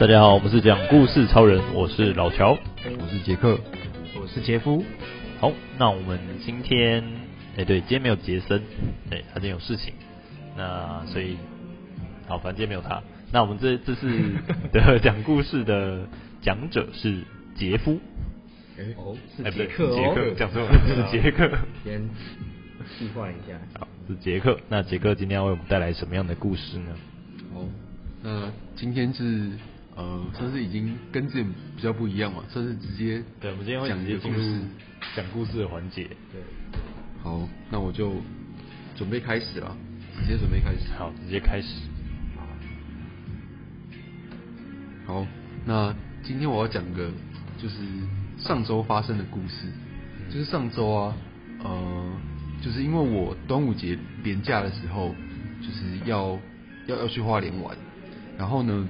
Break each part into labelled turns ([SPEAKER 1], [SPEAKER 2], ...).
[SPEAKER 1] 大家好，我们是讲故事超人，我是老乔，
[SPEAKER 2] 我是杰克，
[SPEAKER 3] 我是杰夫。
[SPEAKER 1] 好，那我们今天，哎、对，今天没有杰森，哎，他今天有事情，那所以，好，反正今天没有他。那我们这这次 的讲故事的讲者是杰夫，
[SPEAKER 2] 哎
[SPEAKER 3] 哦，是
[SPEAKER 1] 哎，不
[SPEAKER 3] 杰
[SPEAKER 1] 对，
[SPEAKER 3] 克哦，啊
[SPEAKER 1] 杰 克讲错了，是杰克，
[SPEAKER 3] 先替换一下。
[SPEAKER 1] 好，是杰克。那杰克今天要为我们带来什么样的故事呢？
[SPEAKER 2] 好，
[SPEAKER 3] 哦
[SPEAKER 2] 那今天是呃，算是已经跟之前比较不一样嘛，算是直接
[SPEAKER 1] 对，我们今天会
[SPEAKER 2] 讲
[SPEAKER 1] 直接
[SPEAKER 2] 一个
[SPEAKER 1] 进
[SPEAKER 2] 故事
[SPEAKER 1] 入。讲故事的环节。
[SPEAKER 3] 对，
[SPEAKER 2] 好，那我就准备开始了，直接准备开始。
[SPEAKER 1] 好，直接开始。
[SPEAKER 2] 好，那今天我要讲个就是上周发生的故事，就是上周啊，呃，就是因为我端午节连假的时候，就是要要要去花莲玩，然后呢，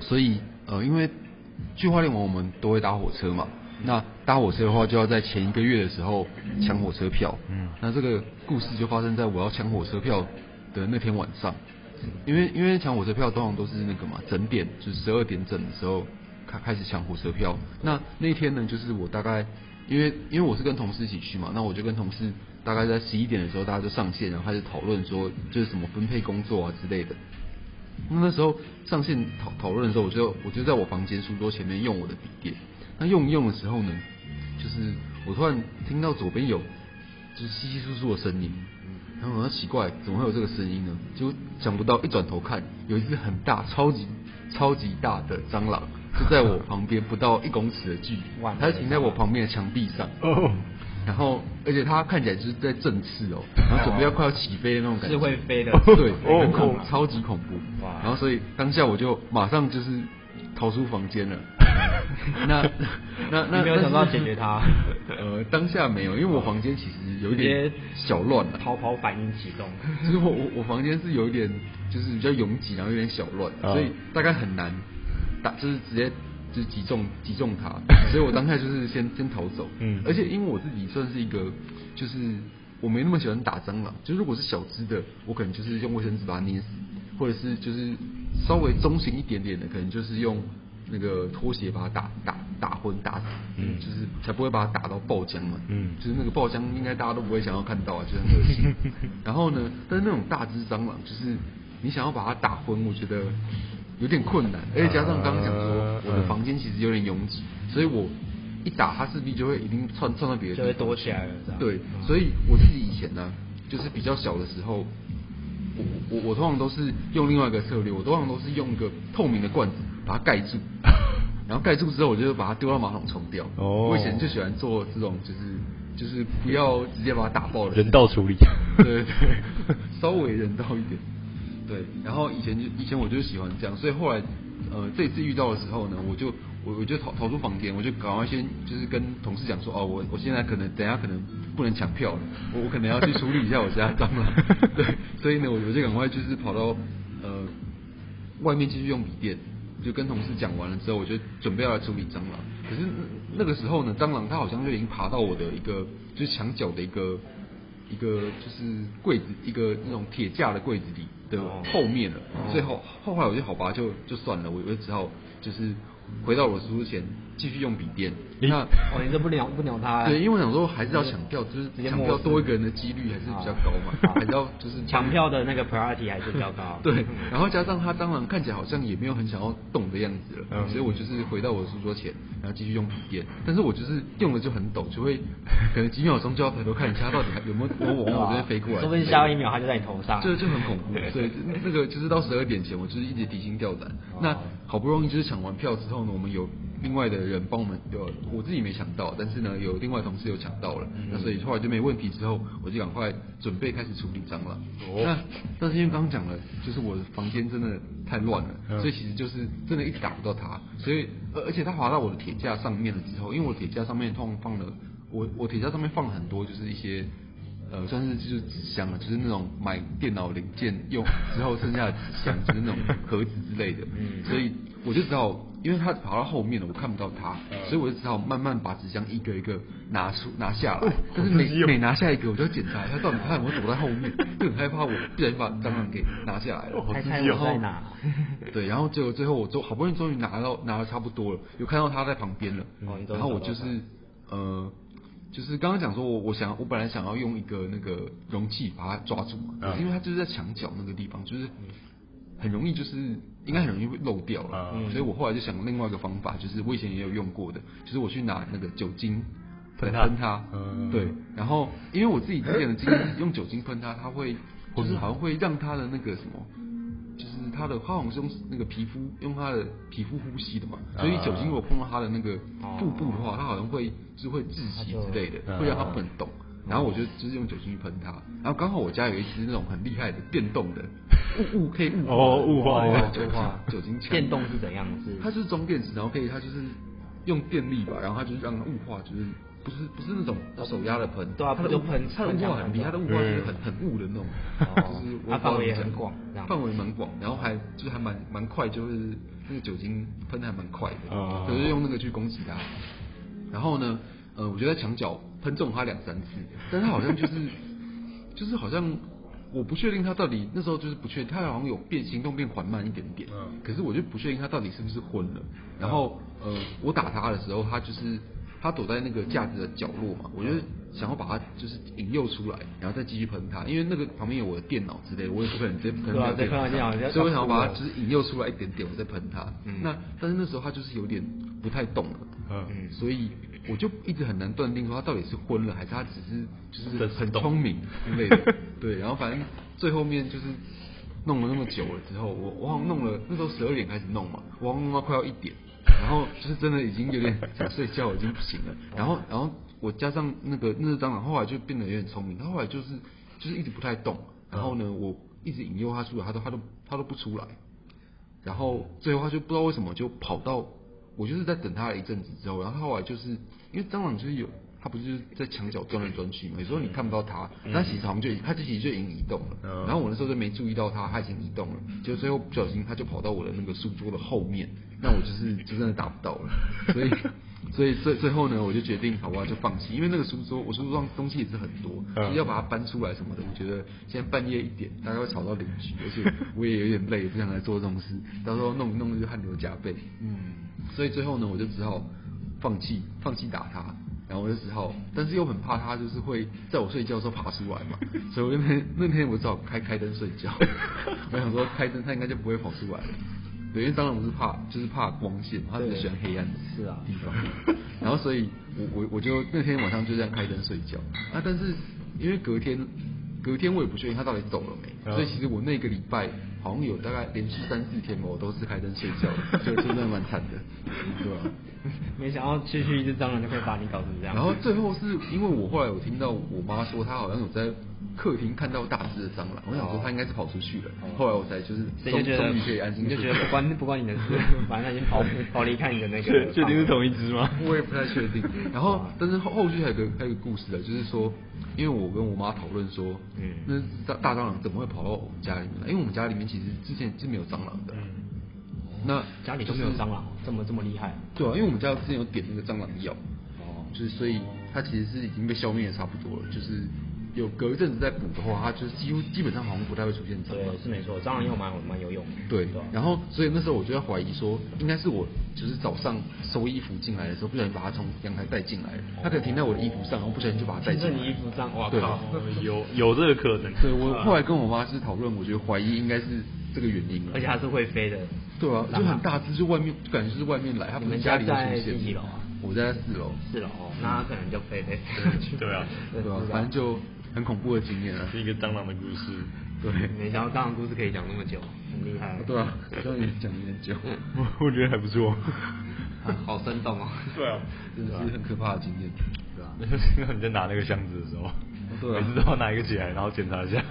[SPEAKER 2] 所以呃，因为去花莲玩我们都会搭火车嘛，那搭火车的话就要在前一个月的时候抢火车票，
[SPEAKER 1] 嗯
[SPEAKER 2] 那这个故事就发生在我要抢火车票的那天晚上，因为因为抢火车票通常都是那个嘛整点，就是十二点整的时候开开始抢火车票。那那天呢，就是我大概因为因为我是跟同事一起去嘛，那我就跟同事大概在十一点的时候大家就上线，然后开始讨论说就是什么分配工作啊之类的。那那时候上线讨讨论的时候，我就我就在我房间书桌前面用我的笔电。那用一用的时候呢，就是我突然听到左边有就是稀稀疏疏的声音，然后我说奇怪，怎么会有这个声音呢？就想不到一转头看，有一只很大、超级超级大的蟑螂就在我旁边不到一公尺的 距离
[SPEAKER 3] 哇，
[SPEAKER 2] 它停在我旁边的墙壁上。
[SPEAKER 1] 哦，
[SPEAKER 2] 然后，而且它看起来就是在振翅 哦，然后准备要快要起飞的那种感觉，
[SPEAKER 3] 是会飞的
[SPEAKER 2] 对，
[SPEAKER 3] 哦
[SPEAKER 2] 很恐
[SPEAKER 3] 哦，
[SPEAKER 2] 超级恐怖。
[SPEAKER 3] 哇
[SPEAKER 2] 然后所以当下我就马上就是逃出房 间了。那那那
[SPEAKER 3] 你没有想到
[SPEAKER 2] 但是
[SPEAKER 3] 解决它
[SPEAKER 2] 呃，当下没有，因为我房间其实有一点
[SPEAKER 3] 直接
[SPEAKER 2] 小乱了，
[SPEAKER 3] 逃跑反应启动。
[SPEAKER 2] 就是我我我房间是有一点就是比较拥挤，然后有点小乱，
[SPEAKER 1] 啊
[SPEAKER 2] 所以大概很难打，就是直接就是击中击中他，所以我当下就是先先逃走。
[SPEAKER 1] 嗯
[SPEAKER 2] 而且因为我自己算是一个就是我没那么喜欢打蟑螂，就如果是小只的，我可能就是用卫生纸把它捏死，或者是就是稍微中型一点点的，可能就是用。那个拖鞋把它打打打昏打死，
[SPEAKER 1] 嗯
[SPEAKER 2] 就是才不会把它打到爆浆嘛，
[SPEAKER 1] 嗯
[SPEAKER 2] 就是那个爆浆，应该大家都不会想要看到啊，就是很恶心。 然后呢，但是那种大只蟑螂，就是你想要把它打昏，我觉得有点困难，而且加上刚刚讲说
[SPEAKER 1] 呃
[SPEAKER 2] 我的房间其实有点拥挤，
[SPEAKER 3] 呃
[SPEAKER 2] 所以我一打它势必就会一定窜窜到别的
[SPEAKER 3] 就
[SPEAKER 2] 地方
[SPEAKER 3] 会
[SPEAKER 2] 去，
[SPEAKER 3] 躲起来了这样
[SPEAKER 2] 对，
[SPEAKER 3] 嗯
[SPEAKER 2] 所以我自己以前呢、就是比较小的时候。我我我通常都是用另外一个策略，我通常都是用一个透明的罐子把它盖 住，然后盖住之后我就把它丢到马桶冲掉。
[SPEAKER 1] 哦
[SPEAKER 2] 我以前就喜欢做这种，就是就是不要直接把它打爆的事情
[SPEAKER 1] 人道处理。
[SPEAKER 2] 对对，对，稍微人道一点。对，然后以前就以前我就喜欢这样，所以后来呃这次遇到的时候呢，我就我我就逃逃出房间，我就赶快先就是跟同事讲说，哦，我我现在可能等一下可能不能抢票了，我我可能要去处理一下我家的蟑螂。 对，所以呢，我我就赶快就是跑到呃外面继续用笔电，就跟同事讲完了之后，我就准备要来处理蟑螂。可是那那个时候呢，蟑螂它好像就已经爬到我的一个就是墙角的一个一个就是柜子一个那种铁架的柜子里的
[SPEAKER 3] 哦
[SPEAKER 2] 后面了，所以后后来我就好吧就就算了，我我就只好就是回到我的书桌前继续用笔电。
[SPEAKER 1] 咦
[SPEAKER 2] 那
[SPEAKER 3] 哦，你这不鸟不鸟它？
[SPEAKER 2] 对，因为我想说还是要抢票，就是
[SPEAKER 3] 直接
[SPEAKER 2] 抢
[SPEAKER 3] 没
[SPEAKER 2] 票
[SPEAKER 3] 收
[SPEAKER 2] 多一个人的几率还是比较高嘛，啊还是要就是。
[SPEAKER 3] 啊抢票的那个 priority 还是比较高
[SPEAKER 2] 对，然后加上他蟑螂看起来好像也没有很想要动的样子了，
[SPEAKER 1] 嗯
[SPEAKER 2] 所以我就是回到我的书桌前，然后继续用笔电，但是我就是用了就很抖，就会 可能几秒钟就要抬头看一下到底还有没有有没有往我这边飞过来，
[SPEAKER 3] 说不定下一秒它就在你头上。
[SPEAKER 2] 就就很恐 怖，所以那那个就是到十二点前，我就是一直提心吊胆。
[SPEAKER 3] 哦
[SPEAKER 2] 那好不容易就是抢完票之后呢，我们有另外的人帮我们，有我自己没抢到，但是呢有另外同事有抢到了，那所以后来就没问题。之后我就赶快准备开始处理蟑螂。那但是因为刚刚讲了，就是我的房间真的太乱了，
[SPEAKER 1] 嗯
[SPEAKER 2] 所以其实就是真的一直打不到它，所以而而且它滑到我的铁架上面了之后，因为我铁架上面通常放了我我铁架上面放了很多就是一些呃，算是就是纸箱了，就是那种买电脑零
[SPEAKER 3] 嗯
[SPEAKER 2] 件用之后剩下的纸箱，就是那种盒子之类的。所以我就只好因为他跑到后面了，我看不到他，
[SPEAKER 3] 嗯
[SPEAKER 2] 所以我就只好慢慢把纸箱一个一个拿出拿下
[SPEAKER 3] 哦
[SPEAKER 2] 来。但是每每拿下一个，我就要检查一下到底他有没有躲在后面，就很害怕我不小心把蟑螂给拿下来了。
[SPEAKER 3] 猜猜我在哪？
[SPEAKER 2] 对，然后结果最后我就好不容易终于拿到拿的差不多了，有看到他在旁边了，
[SPEAKER 3] 哦你终于
[SPEAKER 2] 然后
[SPEAKER 3] 找
[SPEAKER 2] 我
[SPEAKER 3] 到
[SPEAKER 2] 就是呃。就是刚刚讲说我，我想我本来想要用一个那个容器把它抓住嘛，
[SPEAKER 3] 嗯
[SPEAKER 2] 可是因为它就是在墙角那个地方，就是很容易就是应该很容易会漏掉了，
[SPEAKER 1] 嗯
[SPEAKER 2] 所以我后来就想另外一个方法，就是我以前也有用过的，就是我去拿那个酒精
[SPEAKER 1] 喷它嗯
[SPEAKER 2] 它，喷它，对，然后因为我自己之前的经验，用酒精喷它，它会就是好像会让它的那个什么，就是它的它好像是用那个皮肤用它的皮肤呼吸的嘛，
[SPEAKER 1] 嗯
[SPEAKER 2] 所以酒精如果碰到它的那个腹部的话，它好像会就是会窒息之类
[SPEAKER 1] 嗯
[SPEAKER 2] 的，会让它不能动。然后我就就是用酒精去喷它，然后刚好我家有一支那种很厉害的电动 的雾雾可以雾
[SPEAKER 1] 哦雾化
[SPEAKER 2] 的
[SPEAKER 1] 的
[SPEAKER 2] 酒精酒精枪，
[SPEAKER 3] 电动是怎样？是
[SPEAKER 2] 它就是装电池，然后可以它就是用电力吧，然后它就是让它雾化，就是不是不是那种手压的喷，
[SPEAKER 3] 对啊
[SPEAKER 2] 它的
[SPEAKER 3] 就
[SPEAKER 2] 雾
[SPEAKER 3] 喷
[SPEAKER 2] 它的雾
[SPEAKER 3] 喷
[SPEAKER 2] 化
[SPEAKER 3] 枪
[SPEAKER 2] 很厉害，它的雾化就是很很雾的那种，就是我
[SPEAKER 3] 哦它范围也很
[SPEAKER 2] 不知道
[SPEAKER 3] 广
[SPEAKER 2] 怎么讲
[SPEAKER 3] 这样
[SPEAKER 2] 范围蛮广，然后还就是还蛮蛮快，就是那个酒精喷的还蛮快的，
[SPEAKER 1] 哦
[SPEAKER 2] 可是用那个去攻击它，然后呢，呃，我就在墙角喷中它两三次，但它好像就是 就是好像。我不确定它到底那时候就是不确定，它好像有变行动变缓慢一点点，
[SPEAKER 1] 嗯
[SPEAKER 2] 可是我就不确定他到底是不是昏了。然后呃，我打他的时候，他就是他躲在那个架子的角落嘛，我就是想要把他就是引诱出来，然后再继续喷他，因为那个旁边有我的电脑之类的，我也不可能直接喷
[SPEAKER 3] 对啊
[SPEAKER 2] 他
[SPEAKER 3] 直接喷到电脑人家
[SPEAKER 2] 所以我想要把
[SPEAKER 3] 吓
[SPEAKER 2] 他
[SPEAKER 3] 死
[SPEAKER 2] 就是引诱出来一点点，我再喷他。那但是那时候他就是有点不太动了。
[SPEAKER 1] 嗯，
[SPEAKER 2] 所以我就一直很难断定说他到底是昏了，还是他只是就是很聪明之类的。对，然后反正最后面就是弄了那么久了之后，我我好像弄了那时候十二点开始弄嘛，我好像弄到快要一点，然后就是真的已经有点想睡觉，已经不行了。然后然后我加上那个那只蟑螂，后来就变得有点聪明，它后来就是就是一直不太动，然后呢我一直引诱它出来，它都它都它都不出来。然后最后他就不知道为什么就跑到我就是在等他了一阵子之后，然后后来就是因为蟑螂就是有它不是就是在墙角钻来钻去嘛，有时候你看不到它，但其实好像就已它其实就已经移动了。
[SPEAKER 1] 嗯
[SPEAKER 2] 然后我那时候就没注意到它，它已经移动了，结果最后不小心它就跑到我的那个书桌的后面，那我就是就真的打不到 了，所以。所以最最后呢，我就决定，好吧，就放弃，因为那个书桌，我书桌上东西也是很多，
[SPEAKER 1] 嗯
[SPEAKER 2] 所以要把它搬出来什么的，我觉得现在半夜一点，大概会吵到邻居，而且我也有点累，不想来做这种事，到时候弄一弄就汗流浃背。
[SPEAKER 3] 嗯，
[SPEAKER 2] 所以最后呢，我就只好放弃，放弃打他，然后我就只好，但是又很怕他就是会在我睡觉的时候爬出来嘛，所以我那天那天我只好开开灯睡觉， 我想说开灯他应该就不会跑出来了。对，因为蟑螂不是怕，就是怕光线，它只喜欢黑暗的
[SPEAKER 3] 是啊
[SPEAKER 2] 地方。 然后所以我我我就那天晚上就这样开灯睡觉。啊，但是因为隔天隔天我也不确定他到底走了没，
[SPEAKER 1] 嗯
[SPEAKER 3] 哦
[SPEAKER 2] 所以其实我那个礼拜好像有大概连续三四天吧，我都是开灯睡觉的， 就真的蛮惨的，对吧、
[SPEAKER 3] 没想到区区一只蟑螂就可以把你搞成这样。
[SPEAKER 2] 然后最后是因为我后来有听到我妈说，她好像有在客厅看到大只的蟑螂，我想说她应该是跑出去了，后来我才就是
[SPEAKER 3] 哦所以就
[SPEAKER 2] 终
[SPEAKER 3] 觉得
[SPEAKER 2] 终于可以安心
[SPEAKER 3] 你
[SPEAKER 2] 睡
[SPEAKER 3] 就
[SPEAKER 2] 觉，
[SPEAKER 3] 觉得不关不关你的 事， 反正已经跑跑离开你的那
[SPEAKER 1] 确
[SPEAKER 3] 个。
[SPEAKER 1] 确定是同一只 吗？
[SPEAKER 2] 我也不太确定。然后，但是后后续还有一个还有一个故事的，就是说，因为我跟我妈讨论说，
[SPEAKER 3] 嗯
[SPEAKER 2] 那大大蟑螂怎么会跑到我们家里面来？因为我们家里面其实之前是没有蟑螂的，那
[SPEAKER 3] 嗯家里就没有蟑螂，这么这么厉害。
[SPEAKER 2] 对啊，因为我们家之前有点那个蟑螂药，
[SPEAKER 3] 哦
[SPEAKER 2] 就是所以它其实是已经被消灭的差不多了，就是有隔一阵子再补的话，它就是几乎基本上好像不太会出现蟑螂
[SPEAKER 3] 对，。是没错，蟑螂又蛮蛮有用的。
[SPEAKER 2] 对
[SPEAKER 3] 吧，
[SPEAKER 2] 然后所以那时候我就在怀疑说，应该是我就是早上收衣服进来的时候，不小心把它从阳台带进来，它可能停在我的衣服上，然后不小心就把它带
[SPEAKER 3] 带着
[SPEAKER 2] 进
[SPEAKER 3] 你衣
[SPEAKER 2] 来。
[SPEAKER 3] 服脏，哇
[SPEAKER 2] 对
[SPEAKER 3] 靠！哎
[SPEAKER 1] 有有这个可能，
[SPEAKER 2] 对我后来跟我妈就是讨论，我觉得怀疑应该是这个原因了
[SPEAKER 3] 而且。它是会飞的。
[SPEAKER 2] 对啊，
[SPEAKER 3] 蟑
[SPEAKER 2] 就
[SPEAKER 3] 螂
[SPEAKER 2] 很大只，就外面就感觉就是外面来，它不
[SPEAKER 3] 你
[SPEAKER 2] 是
[SPEAKER 3] 们
[SPEAKER 2] 家
[SPEAKER 3] 家
[SPEAKER 2] 里就
[SPEAKER 3] 在
[SPEAKER 2] 出现。
[SPEAKER 3] 第几楼啊？
[SPEAKER 2] 我在四楼。
[SPEAKER 3] 是了哦，那它可能就飞飞飞过去。
[SPEAKER 1] 对 啊
[SPEAKER 2] 对啊，反正就很恐怖的经验啊。
[SPEAKER 1] 是一个蟑螂的故事。
[SPEAKER 2] 对，
[SPEAKER 3] 没想到蟑螂故事可以讲那么久，很厉害。
[SPEAKER 2] 对啊，希望你讲有点久，
[SPEAKER 1] 我我觉得还不错。
[SPEAKER 3] 好生动哦。
[SPEAKER 1] 对啊，
[SPEAKER 2] 真的是很可怕的经验。对啊。
[SPEAKER 1] 那你在拿那个箱子的时候，
[SPEAKER 2] 对啊
[SPEAKER 1] 每次都要拿一个起来，然后检查一下。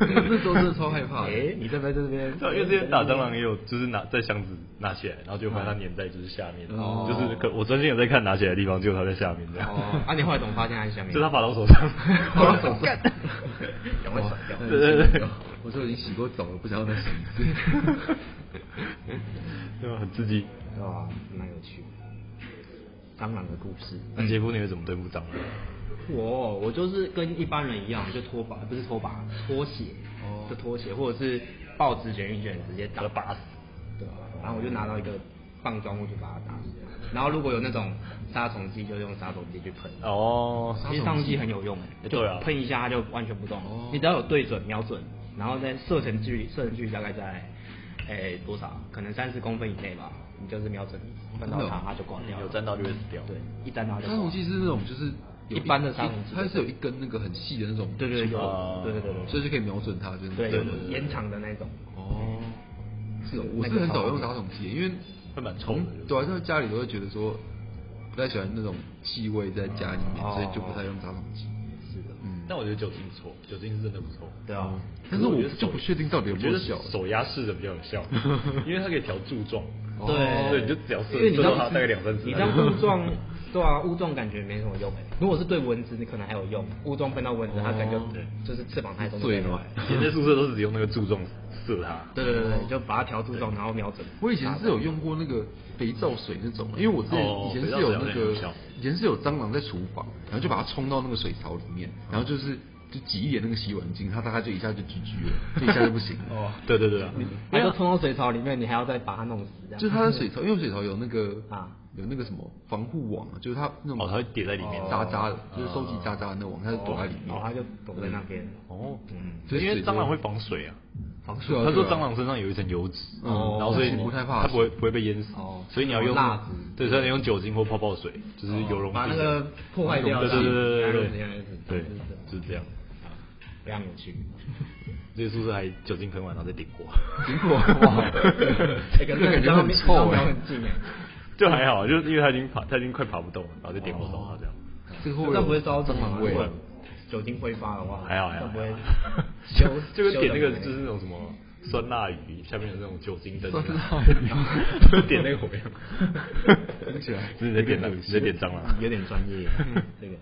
[SPEAKER 2] 那时候真的超害 怕的。啊
[SPEAKER 3] 哎，你在不在这边？
[SPEAKER 1] 对，因为之前打蟑螂也有，就是拿在箱子拿起来，然后就发现它粘在就是下面，
[SPEAKER 2] 哦
[SPEAKER 1] 就是可我专心有在看拿起来的地方，结果它在下面这样。
[SPEAKER 3] 哦，啊，你后来怎 么发现它在下面？
[SPEAKER 1] 就它爬到我手上，
[SPEAKER 2] 我手上，
[SPEAKER 1] 对对对，
[SPEAKER 2] 我说已经洗过澡了，不想要再洗一次。
[SPEAKER 1] 对吧？啊很刺激。
[SPEAKER 3] 对吧、哦蛮有趣的。蟑螂的故事，
[SPEAKER 1] 那杰夫，你会怎么对付蟑螂？
[SPEAKER 3] 我我就是跟一般人一样，就拖把不是拖把，拖鞋，
[SPEAKER 2] 哦
[SPEAKER 3] 就拖鞋，或者是报纸卷一卷直接打
[SPEAKER 1] 把它拔死，
[SPEAKER 3] 对吧、然后我就拿到一个棒状物去把它打死，然后如果有那种杀虫剂，就用杀虫剂去喷。
[SPEAKER 1] 哦
[SPEAKER 3] 其实杀虫剂很有用
[SPEAKER 1] 欸，
[SPEAKER 3] 就
[SPEAKER 1] 对啊
[SPEAKER 3] 喷一下它就完全不动
[SPEAKER 2] 哦。
[SPEAKER 3] 你只要有对准、瞄准，然后在射程距离，射程距离大概在，诶多少？可能三十公分以内吧。你就是瞄准喷到
[SPEAKER 2] 真的
[SPEAKER 3] 它
[SPEAKER 2] 哦，
[SPEAKER 3] 它就挂掉了。
[SPEAKER 1] 有沾到就会死掉。
[SPEAKER 3] 对，一沾到它就挂
[SPEAKER 2] 杀虫剂是那种就是有
[SPEAKER 3] 一般的杀虫剂
[SPEAKER 2] 它是有一根那个很细的那种，
[SPEAKER 3] 对对对
[SPEAKER 1] 啊
[SPEAKER 3] 有，对对对
[SPEAKER 2] 所以就可以瞄准它，就是
[SPEAKER 3] 对对
[SPEAKER 2] 对
[SPEAKER 3] 对延长的那种。
[SPEAKER 2] 哦，是哦，我是很少用杀虫剂，因为
[SPEAKER 1] 会蛮臭的
[SPEAKER 2] 嗯对啊，在家里都会觉得说不太喜欢那种气味在家里面，
[SPEAKER 3] 哦
[SPEAKER 2] 所以就不太用杀虫剂。
[SPEAKER 3] 是的，
[SPEAKER 2] 嗯，
[SPEAKER 1] 但我觉得酒精不错，酒精是真的不错。
[SPEAKER 3] 对啊。
[SPEAKER 2] 但是我
[SPEAKER 1] 觉得手
[SPEAKER 2] 就不确定到底有没
[SPEAKER 1] 我
[SPEAKER 2] 有
[SPEAKER 1] 觉
[SPEAKER 2] 效
[SPEAKER 1] 得。手压式的比较有 效，因为它可以调柱状。
[SPEAKER 2] 哦
[SPEAKER 1] 对，你就只要射
[SPEAKER 3] 因为你
[SPEAKER 1] 射
[SPEAKER 3] 知道
[SPEAKER 1] 到它大概两三次。
[SPEAKER 3] 你这样雾状，对啊，雾状感觉没什么用。欸如果是对蚊子，你可能还有用。雾状喷到蚊子，它感觉就是翅膀太松
[SPEAKER 2] 对
[SPEAKER 3] 了
[SPEAKER 2] 了。
[SPEAKER 1] 以前在宿舍都是只用那个柱状射它。
[SPEAKER 3] 对对对，对就把它调柱状，然后瞄准。
[SPEAKER 2] 我以前是有用过那个肥皂水那种，因为我之前
[SPEAKER 1] 哦
[SPEAKER 2] 以前是有那
[SPEAKER 1] 肥皂水好像
[SPEAKER 2] 个
[SPEAKER 1] 有效，
[SPEAKER 2] 以前是有蟑螂在厨房，然后就把它冲到那个水槽里面，然后就是就挤一点那个洗碗精，它大概就一下就 GG 了，就一下就不行了。
[SPEAKER 1] 哦，对对对啊，
[SPEAKER 3] 还要冲到水槽里面，你还要再把它弄死，这样。
[SPEAKER 2] 就是它的水槽，因为水槽有那个
[SPEAKER 3] 啊
[SPEAKER 2] 有那个什么防护网啊，就是它那种
[SPEAKER 1] 哦它会叠在里面
[SPEAKER 2] 渣渣的，就是收集渣渣的那网，它就躲在里面。
[SPEAKER 3] 然哦后它就躲在那边。
[SPEAKER 1] 哦，
[SPEAKER 3] 嗯，
[SPEAKER 2] 所以
[SPEAKER 1] 因为
[SPEAKER 2] 水就
[SPEAKER 1] 蟑螂会防水啊。
[SPEAKER 2] 防水啊。
[SPEAKER 1] 他说
[SPEAKER 2] 对啊
[SPEAKER 1] 蟑螂身上有一层油脂，
[SPEAKER 2] 哦
[SPEAKER 1] 嗯然后所以
[SPEAKER 2] 那
[SPEAKER 1] 你
[SPEAKER 2] 不太怕
[SPEAKER 1] 它不会不会被淹死
[SPEAKER 3] 哦，
[SPEAKER 1] 所以你要用
[SPEAKER 3] 蜡烛
[SPEAKER 1] 对，所以你用酒精或泡泡水，就是油溶
[SPEAKER 3] 把
[SPEAKER 1] 剂
[SPEAKER 3] 那个破坏掉
[SPEAKER 1] 对
[SPEAKER 3] 这
[SPEAKER 1] 对
[SPEAKER 3] 样
[SPEAKER 1] 对对对
[SPEAKER 3] 然后你这
[SPEAKER 1] 对
[SPEAKER 3] 样子，
[SPEAKER 1] 对，就是这样。
[SPEAKER 3] 非常有趣。
[SPEAKER 1] 所以宿舍还酒精喷完，然后再顶过，
[SPEAKER 2] 顶过哇
[SPEAKER 3] 哎可是
[SPEAKER 2] 那感觉
[SPEAKER 3] 蟑螂
[SPEAKER 2] 很臭
[SPEAKER 3] 蟑螂
[SPEAKER 2] 哎，
[SPEAKER 3] 很近哎。
[SPEAKER 1] 就还好，就是因为他已经爬，他已经快爬不动了，然后就点火烧它这样。
[SPEAKER 2] 这个会有
[SPEAKER 3] 那不会烧
[SPEAKER 2] 蟑螂味
[SPEAKER 3] 如果酒精挥发的话，
[SPEAKER 1] 还好还好，。
[SPEAKER 3] 那不会
[SPEAKER 1] 就就跟点那个就是那种什么酸辣鱼，下面有那种酒精灯，
[SPEAKER 2] 酸辣
[SPEAKER 1] 鱼点那个火一样，
[SPEAKER 2] 听起来
[SPEAKER 1] 你在点你在点蟑螂，
[SPEAKER 3] 有点专业，这个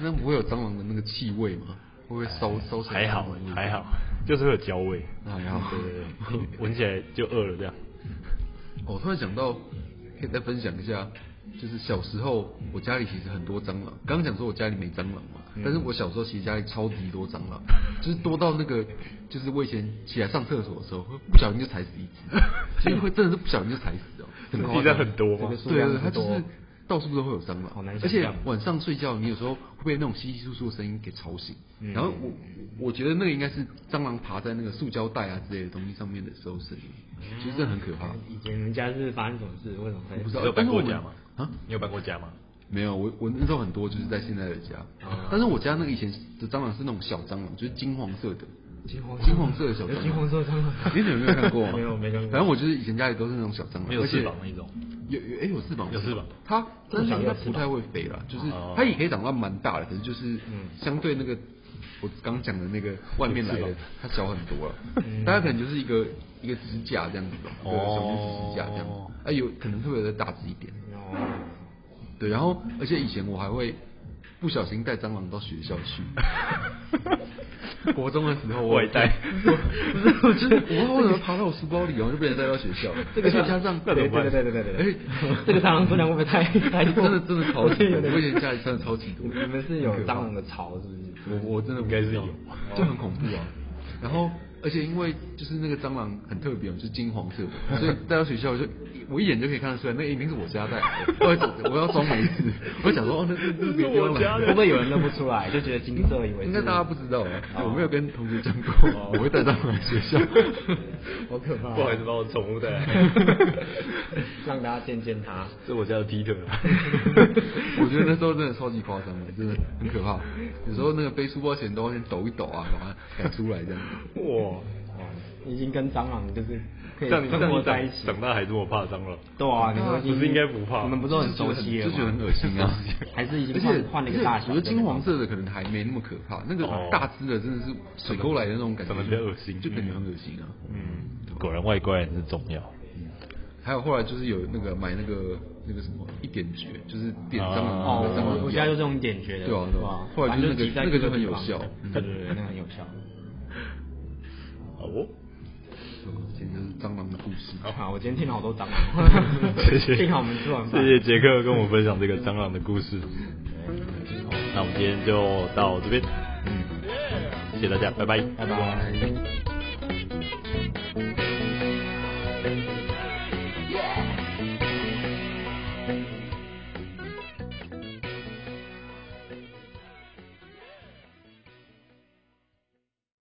[SPEAKER 2] 那不会有蟑螂的那个气味吗？会不会烧烧成
[SPEAKER 1] 哎还好
[SPEAKER 2] 蟑螂的味道哎
[SPEAKER 1] 还好，就是会有焦味，
[SPEAKER 2] 那还好。
[SPEAKER 1] 嗯对对对，闻起来就饿了这样。
[SPEAKER 2] 我哦突然想到，可以再分享一下，就是小时候我家里其实很多蟑螂。刚刚讲说我家里没蟑螂嘛，但是我小时候其实家里超级多蟑螂，就是多到那个，就是我以前起来上厕所的时候，会不小心就踩死一只，就会真的是不小心就踩死哦，很夸
[SPEAKER 1] 地
[SPEAKER 2] 张
[SPEAKER 1] 上很多吗？
[SPEAKER 2] 对
[SPEAKER 3] 啊
[SPEAKER 2] 对，它就是到处都会有蟑螂，
[SPEAKER 3] 好难
[SPEAKER 2] 而
[SPEAKER 3] 想
[SPEAKER 2] 且
[SPEAKER 3] 象
[SPEAKER 2] 晚上睡觉，你有时候会被那种稀稀疏疏的声音给吵醒。然后我我觉得那个应该是蟑螂爬在那个塑胶袋啊之类的东西上面的时候声音，其实真的很可怕。
[SPEAKER 3] 以前人家是发生什么事，为什么会
[SPEAKER 2] 我不知
[SPEAKER 1] 你
[SPEAKER 2] 道
[SPEAKER 1] 有搬过家吗？
[SPEAKER 2] 啊，
[SPEAKER 1] 你有搬过家吗？哦
[SPEAKER 2] 没有，我我那时候很多就是在现在的家，但是我家那个以前的蟑螂是那种小蟑螂，就是金黄色的，
[SPEAKER 3] 金黄
[SPEAKER 2] 金黄色的小蟑
[SPEAKER 3] 有
[SPEAKER 2] 螂。
[SPEAKER 3] 金黄色的蟑螂
[SPEAKER 2] 你有没有看过啊？
[SPEAKER 3] 没有没看过
[SPEAKER 2] 反正我就是以前家里都是那种小蟑螂，
[SPEAKER 1] 没有
[SPEAKER 2] 而且
[SPEAKER 1] 翅膀那一种。
[SPEAKER 2] 有有哎有翅膀
[SPEAKER 1] 有翅膀，
[SPEAKER 2] 它
[SPEAKER 3] 这
[SPEAKER 2] 但
[SPEAKER 3] 么
[SPEAKER 2] 是
[SPEAKER 3] 小
[SPEAKER 2] 应
[SPEAKER 3] 就
[SPEAKER 2] 该
[SPEAKER 3] 有
[SPEAKER 2] 不太会飞啦，就是
[SPEAKER 1] 哦嗯
[SPEAKER 2] 它也可以长到蛮大的，可是就是相对那个我刚讲的那个外面来
[SPEAKER 1] 有
[SPEAKER 2] 的
[SPEAKER 1] 翅膀，嗯
[SPEAKER 2] 它小很多了，大概可能就是一个一个指甲这样子吧，一个小拇指指甲这样
[SPEAKER 1] 哦，
[SPEAKER 2] 啊有可能特别的大只一点，
[SPEAKER 3] 哦，
[SPEAKER 2] 对，然后而且以前我还会不小心带蟑螂到学校 去，国中的时候我
[SPEAKER 1] 外带
[SPEAKER 2] 不是，我就是我不知道为什么爬到我书包里，然后就被人带到学 校，
[SPEAKER 3] 这个
[SPEAKER 2] 而且加上
[SPEAKER 1] 那怎么办
[SPEAKER 3] 对对对对 对对
[SPEAKER 2] 哎，
[SPEAKER 3] 这个蟑螂分量会不会太太多？
[SPEAKER 2] 真的真的超级多，
[SPEAKER 3] 有点
[SPEAKER 2] 我以前家里真的超级多。
[SPEAKER 3] 你你们是有蟑螂的巢是不是？
[SPEAKER 2] 我我真的
[SPEAKER 1] 应该是有
[SPEAKER 2] 就很恐怖啊。然后，而且因为就是那个蟑螂很特别，就是金黄色的，所以带到学校我就我一眼就可以看得出来，那一定是我家带来的。我我要装没事，我想说哦，那那那别地方来
[SPEAKER 3] 会不会有人认不出来，就觉得金色以为是
[SPEAKER 2] 应该大家不知道啊，
[SPEAKER 3] 哦
[SPEAKER 2] 我没有跟同学讲过，我会带蟑螂来学校。
[SPEAKER 3] 好可怕，
[SPEAKER 1] 不好意思，把我宠物带来，
[SPEAKER 3] 让大家见见它。
[SPEAKER 1] 这是我家的 Peter。
[SPEAKER 2] 我觉得那时候真的超级夸张的，真的很可怕。有时候那个背书包前都要先抖一抖啊，把它赶出来这样。
[SPEAKER 1] 哇，
[SPEAKER 3] 哦，已经跟蟑螂就是可 以
[SPEAKER 1] 像你像
[SPEAKER 3] 生活
[SPEAKER 1] 你
[SPEAKER 3] 在一
[SPEAKER 1] 长
[SPEAKER 3] 起。
[SPEAKER 1] 长大还这么怕蟑螂，
[SPEAKER 3] 对啊，
[SPEAKER 2] 嗯
[SPEAKER 3] 你
[SPEAKER 1] 不
[SPEAKER 3] 们已经
[SPEAKER 1] 是应该不怕
[SPEAKER 3] 你们不是很熟悉了
[SPEAKER 2] 就
[SPEAKER 3] 吗？
[SPEAKER 2] 觉得很恶心啊，
[SPEAKER 3] 还是已
[SPEAKER 2] 而
[SPEAKER 3] 经
[SPEAKER 2] 且
[SPEAKER 3] 换换了一个大
[SPEAKER 2] 而且
[SPEAKER 3] 小？
[SPEAKER 2] 我觉得金黄色的可能还没那么可怕，那个
[SPEAKER 1] 哦
[SPEAKER 2] 大只的真的是水沟来的那种感觉，
[SPEAKER 1] 可能比较恶心
[SPEAKER 2] 就感觉很恶心啊。
[SPEAKER 3] 嗯，
[SPEAKER 1] 果然外观是重要。
[SPEAKER 2] 还有后来就是有那个买那个那个什么一点绝，就是点蟑螂
[SPEAKER 3] 哦
[SPEAKER 2] 那个蟑螂，
[SPEAKER 3] 我我家就是用点觉的，
[SPEAKER 2] 嗯啊对啊对啊
[SPEAKER 3] 吧
[SPEAKER 2] 后来
[SPEAKER 3] 反
[SPEAKER 2] 就是
[SPEAKER 3] 正
[SPEAKER 2] 那个
[SPEAKER 3] 挤在
[SPEAKER 2] 那个就
[SPEAKER 3] 各
[SPEAKER 2] 很有
[SPEAKER 3] 地方
[SPEAKER 2] 效
[SPEAKER 3] 对对对，那个很有效。
[SPEAKER 1] 好哦，
[SPEAKER 2] 简直是蟑螂的故事。
[SPEAKER 3] 好，我今天听了好多蟑 螂，
[SPEAKER 1] 谢 谢，
[SPEAKER 3] 幸好我们吃完
[SPEAKER 1] 谢
[SPEAKER 3] 饭。
[SPEAKER 1] 谢杰克跟我分享这个蟑螂的故事。好，那我们今天就到这边，嗯，谢谢大家，拜拜，
[SPEAKER 3] 拜拜。
[SPEAKER 4] Yeah.